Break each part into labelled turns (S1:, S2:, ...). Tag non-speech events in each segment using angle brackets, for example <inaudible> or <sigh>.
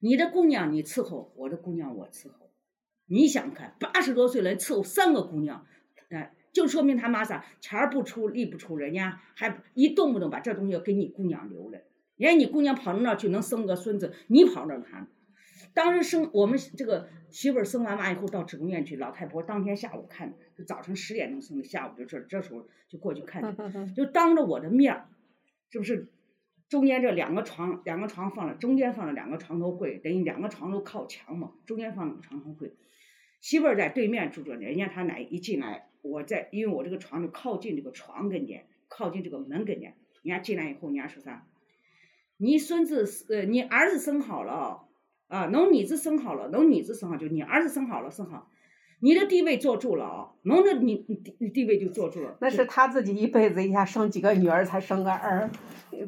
S1: 你的姑娘你伺候，我的姑娘我伺候。你想看，八十多岁了伺候三个姑娘，哎，就说明他妈啥钱儿不出力不出，人家还一动不动把这东西给你姑娘留了。人家你姑娘跑到那儿去能生个孙子，你跑那儿谈。当时生我们这个媳妇儿生完娃以后到职工院去，老太婆当天下午看，就早晨十点钟生的，下午就这这时候就过去看，就当着我的面儿，是不是？中间这两个床，两个床放了，中间放了两个床头柜，等于两个床都靠墙嘛，中间放了个床头柜。媳妇儿在对面住着，人家他奶一进来，我在，因为我这个床就靠近这个床跟前，靠近这个门跟前，人家进来以后，人家说啥？你孙子呃，你儿子生好了哦啊，能你子生好了，能你子生好，就你儿子生好了生好，你的地位坐住了哦，能的你你地地位就坐住了。
S2: <laughs> 那是他自己一辈子一下生几个女儿才生个儿，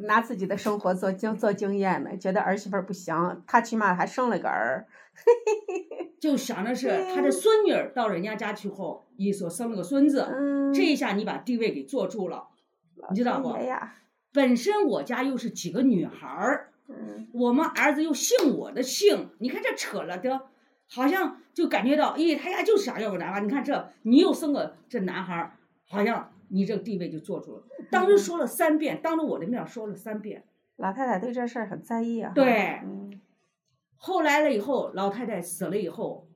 S2: 拿自己的生活做经做经验呢，觉得儿媳妇儿不行，他起码还生了个儿。
S1: 就想的是他的孙女儿到人家家去后，一说生了个孙子，
S2: 嗯，
S1: 这一下你把地位给坐住了。你知道不
S2: 哎呀，
S1: 本身我家又是几个女孩儿，
S2: 嗯，
S1: 我们儿子又姓我的姓，你看这扯了的，好像就感觉到，咦，他家就是想要个男娃，你看这你又生个这男孩儿，好像你这个地位就坐住了。当时说了三遍，当着我的面儿说了三遍。
S2: 老太太对这事儿很在意啊。
S1: 对
S2: 嗯
S1: 后来了以后，老太太死了以后，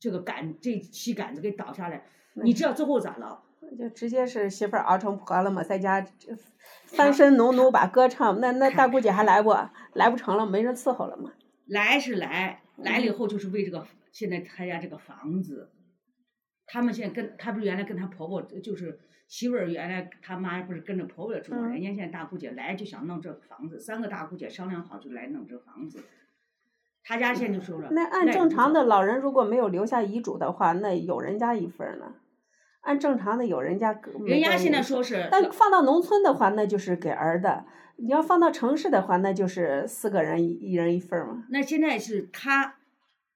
S1: 这个杆这旗杆子给倒下来，你知道最后咋了？
S2: 就直接是媳妇儿熬成婆了嘛，在家
S1: <laughs>
S2: 这翻身农奴把歌唱，那那大姑姐还来不来不成了，没人伺
S1: <laughs>
S2: 候了嘛。
S1: 来是来，来
S2: 嗯
S1: 了以后就是为这个现在他家这个房子，他们现在跟他不是原来跟他婆婆就是媳妇儿原来他妈不是跟着婆婆住嘛，
S2: 嗯
S1: 人家现在大姑姐来就想弄这个房子，三个大姑姐商量好就来弄这个房子，他家现在就说了，
S2: 那按
S1: 也
S2: 正
S1: 不
S2: 常
S1: 走
S2: 的老人如果没有留下遗嘱的话，那有人家一份儿呢。按正常的有人家各，
S1: 人家现在
S2: 每个人
S1: 说 <laughs> 是
S2: 但放到农村的话，那就是给儿的；你要放到城市的话，那就是四个人一一人一份儿嘛。
S1: 那现在是他，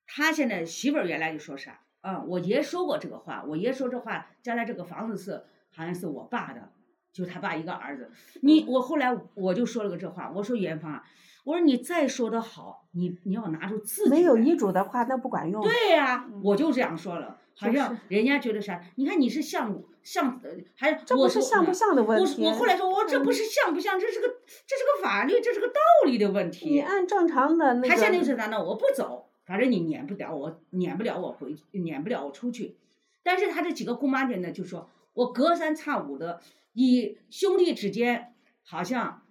S1: 他现在媳妇儿原来就说啥啊、我爷说过这个话，我爷说这话，将来这个房子是好像是我爸的，就他爸一个儿子。你我后来我就说了个这话，我说元芳啊，我说你再说的好，你你要拿出自己
S2: 没有
S1: 来
S2: 遗嘱的话，那不管用。
S1: 对呀、
S2: 嗯
S1: 我就这样说了，好
S2: 就
S1: 像
S2: 是
S1: 人家觉得啥？你看你是像我像呃还
S2: 这
S1: 我
S2: 不是
S1: 说
S2: 像不
S1: 嗯
S2: 像的问题。嗯
S1: 我我后来说，我这不是像不像，这是个这是个法律，这是个道理的问题。啊
S2: 你按正常的那个，
S1: 他现在就是啥呢？我不走，反正你撵不了我，撵不了我回，撵不了我出去。但是他这几个姑妈姐呢，就说我隔三差五的，以兄弟之间好像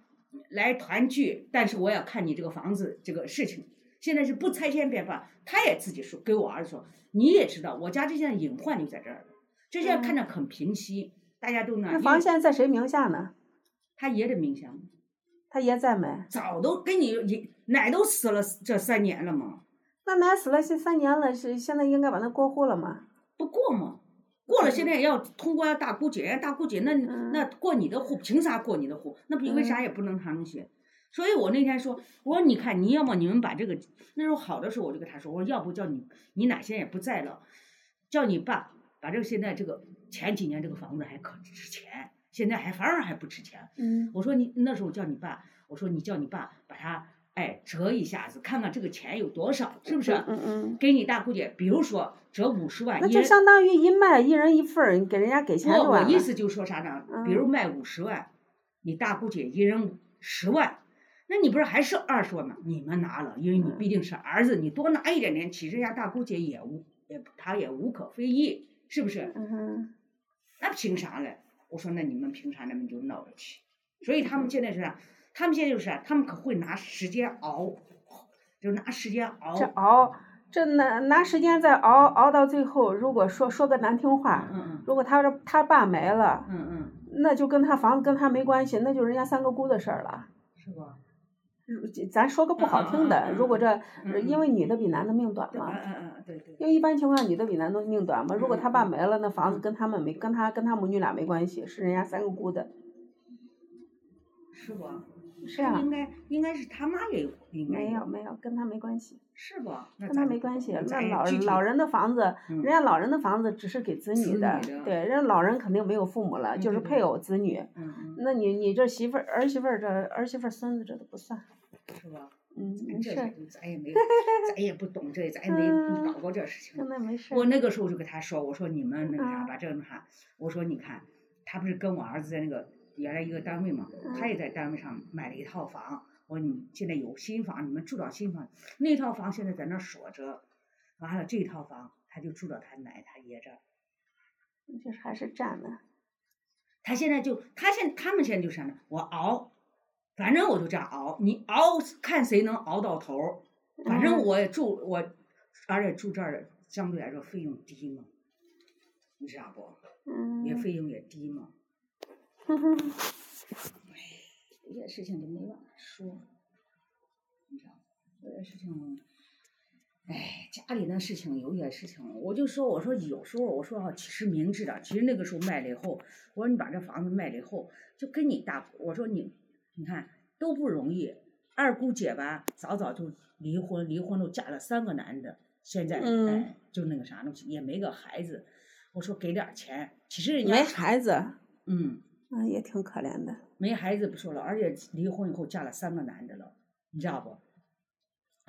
S1: 来团聚，但是我要看你这个房子这个事情。现在是不拆迁便罢，他也自己说，给我儿子说，你也知道，我家这现在隐患就在这儿，这现在看着很平息，大家都呢，
S2: 嗯那
S1: 因
S2: 房
S1: 为
S2: 现在在谁名下呢？
S1: 他爷的名下，
S2: 他爷在没？
S1: 早都跟你爷奶都死了这三年了嘛。
S2: 那奶死了，现三年了，是现在应该把他过户了嘛？
S1: 不过嘛，过了现
S2: 嗯
S1: 在也要通过大姑姐，大姑姐那你、
S2: 嗯
S1: 那过你的户，凭啥过你的户？那不为啥
S2: 嗯
S1: 也不能谈东西？所以我那天说，我说你看，你要么你们把这个那时候好的时候，我就跟他说，我说要不叫你你奶现在也不在了，叫你爸把这个现在这个前几年这个房子还可值钱，现在还反而还不值钱。
S2: 嗯，
S1: 我说你那时候叫你爸，我说你叫你爸把它哎折一下子，看看这个钱有多少，是不是？
S2: 嗯嗯，
S1: 给你大姑姐，比如说折五十万，
S2: 那
S1: 一
S2: 就
S1: 人
S2: 相当于一卖一人一份儿，你给人家给钱就
S1: 我我
S2: 完了嗯
S1: 意。思就是说啥呢？比如卖五十万，你大姑姐一人十万，那你不是还剩二十万吗？你们拿了，因为你
S2: 嗯
S1: 毕竟是儿子，你多拿一点点，其实人家大姑姐也无也她也无可非议，是不是？
S2: 嗯哼，
S1: 那凭啥嘞？我说那你们凭啥那么就闹着去？所以他们现在是啥？他们现在就是啥？他们可会拿时间熬，就拿时间熬。
S2: 这熬，这拿拿时间再熬，熬到最后，如果说说个难听话，
S1: 嗯
S2: 如果他说他爸没了，
S1: 嗯嗯嗯，
S2: 那就跟他房子跟他没关系，那就人家三个姑的事儿了。
S1: 是吧？
S2: 如咱说个不好听
S1: 嗯嗯嗯
S2: 的，
S1: 嗯
S2: 如果这
S1: 嗯
S2: 因为女的比男的命短
S1: 对嗯
S2: 嘛，
S1: 嗯嗯，对对。
S2: 因为一般情况下女的比男的命短嘛，如果他爸没了，那房子
S1: 嗯
S2: 跟他们没跟他跟他母女俩没关系，是人家三个姑的。
S1: 是吧？
S2: 是啊
S1: 应该应该是他妈也有，应该
S2: 没有没有，跟他没关系，
S1: 是吧？那
S2: 跟他
S1: 咱
S2: 没
S1: 不
S2: 关系。
S1: 咱
S2: 那
S1: 也
S2: 老
S1: 具体
S2: 老人的房子，
S1: 嗯
S2: 人家老人的房子只是给子
S1: 子
S2: 女的
S1: 女的，
S2: 对，人家老人肯定没有父母了，
S1: 嗯
S2: 就是
S1: 对对
S2: 配偶子女。
S1: 嗯
S2: 那你你这媳妇儿儿媳妇儿这儿媳妇儿孙子这都不算，
S1: 嗯，是吧？
S2: 嗯，没
S1: 咱这
S2: 事儿，
S1: 咱也没，咱也不懂这，咱也
S2: 嗯
S1: 没搞过这事情。
S2: 真的没事儿。
S1: 我那个时候就跟他说，我说你们那个啥
S2: 嗯
S1: 吧，这那啥，我说你看，他不是跟我儿子在那个原来一个单位嘛，
S2: 嗯
S1: 他也在单位上买了一套房。我说你现在有新房，你们住到新房，那套房现在在那儿锁着，完了这套房他就住到他奶他爷这儿。
S2: 就是还是占的，
S1: 他现在就他现他们现在就啥呢？我熬，反正我就这样熬，你熬看谁能熬到头儿。反正
S2: 嗯
S1: 我也住我，而且住这儿相对来说费用低嘛，你知道不？
S2: 嗯，
S1: 也费用也低 <laughs> 嘛，
S2: 嗯
S1: 有些事情就没办法说，你知道吗？有些事情，哎，家里的事情，有些事情，我就说，我说有时候我说啊，其实明智的，其实那个时候卖了以后，我说你把这房子卖了以后，就跟你大，我说你，你看都不容易。二姑姐吧，早早就离婚，离婚都嫁了三个男的，现在、
S2: 嗯
S1: 哎，就那个啥东西，也没个孩子。我说给点儿钱，其实人家
S2: 没孩子，
S1: 嗯，
S2: 啊，也挺可怜的。
S1: 没孩子不说了，而且离婚以后嫁了三个男的了，你知道不？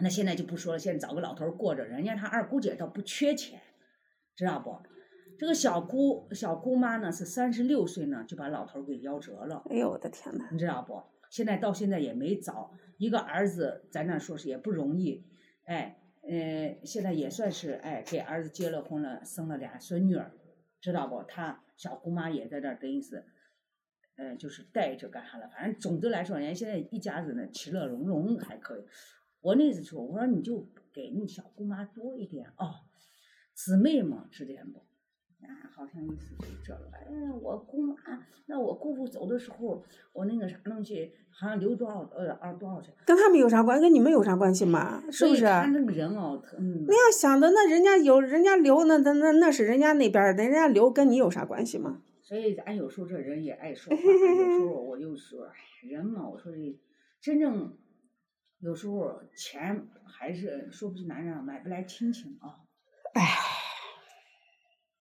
S1: 那现在就不说了，现在找个老头儿过着，人家他二姑姐倒不缺钱，知道不？这个小姑小姑妈呢是三十六岁呢就把老头儿给夭折了，
S2: 哎呦，我的天呐，
S1: 你知道不？现在到现在也没找一个儿子，咱那说是也不容易，哎，呃，现在也算是哎给儿子结了婚了，生了俩孙女儿，知道不？他小姑妈也在这儿，等于是，呃，就是带着干啥了。反正总的来说，人家现在一家子呢其乐融融还可以。我那次说，我说你就给你小姑妈多一点哦，姊妹嘛之间不。那好像意思就是这了。哎呀，我姑妈，那我姑父走的时候，我那个啥东西好像留多少呃二多少钱，
S2: 跟他们有啥关系？跟你们有啥关系嘛？是
S1: 所
S2: 不
S1: 以
S2: 是？啊
S1: 他那个人哦，特嗯，
S2: 那样想的，那人家有人家留，那那那那是人家那边儿的，人家留跟你有啥关系吗？
S1: 所以咱有时候这人也爱说话，哎有时候我就说，哎，人嘛，我说这真正有时候钱还是说不是难啊，买不来亲情啊。
S2: 哎，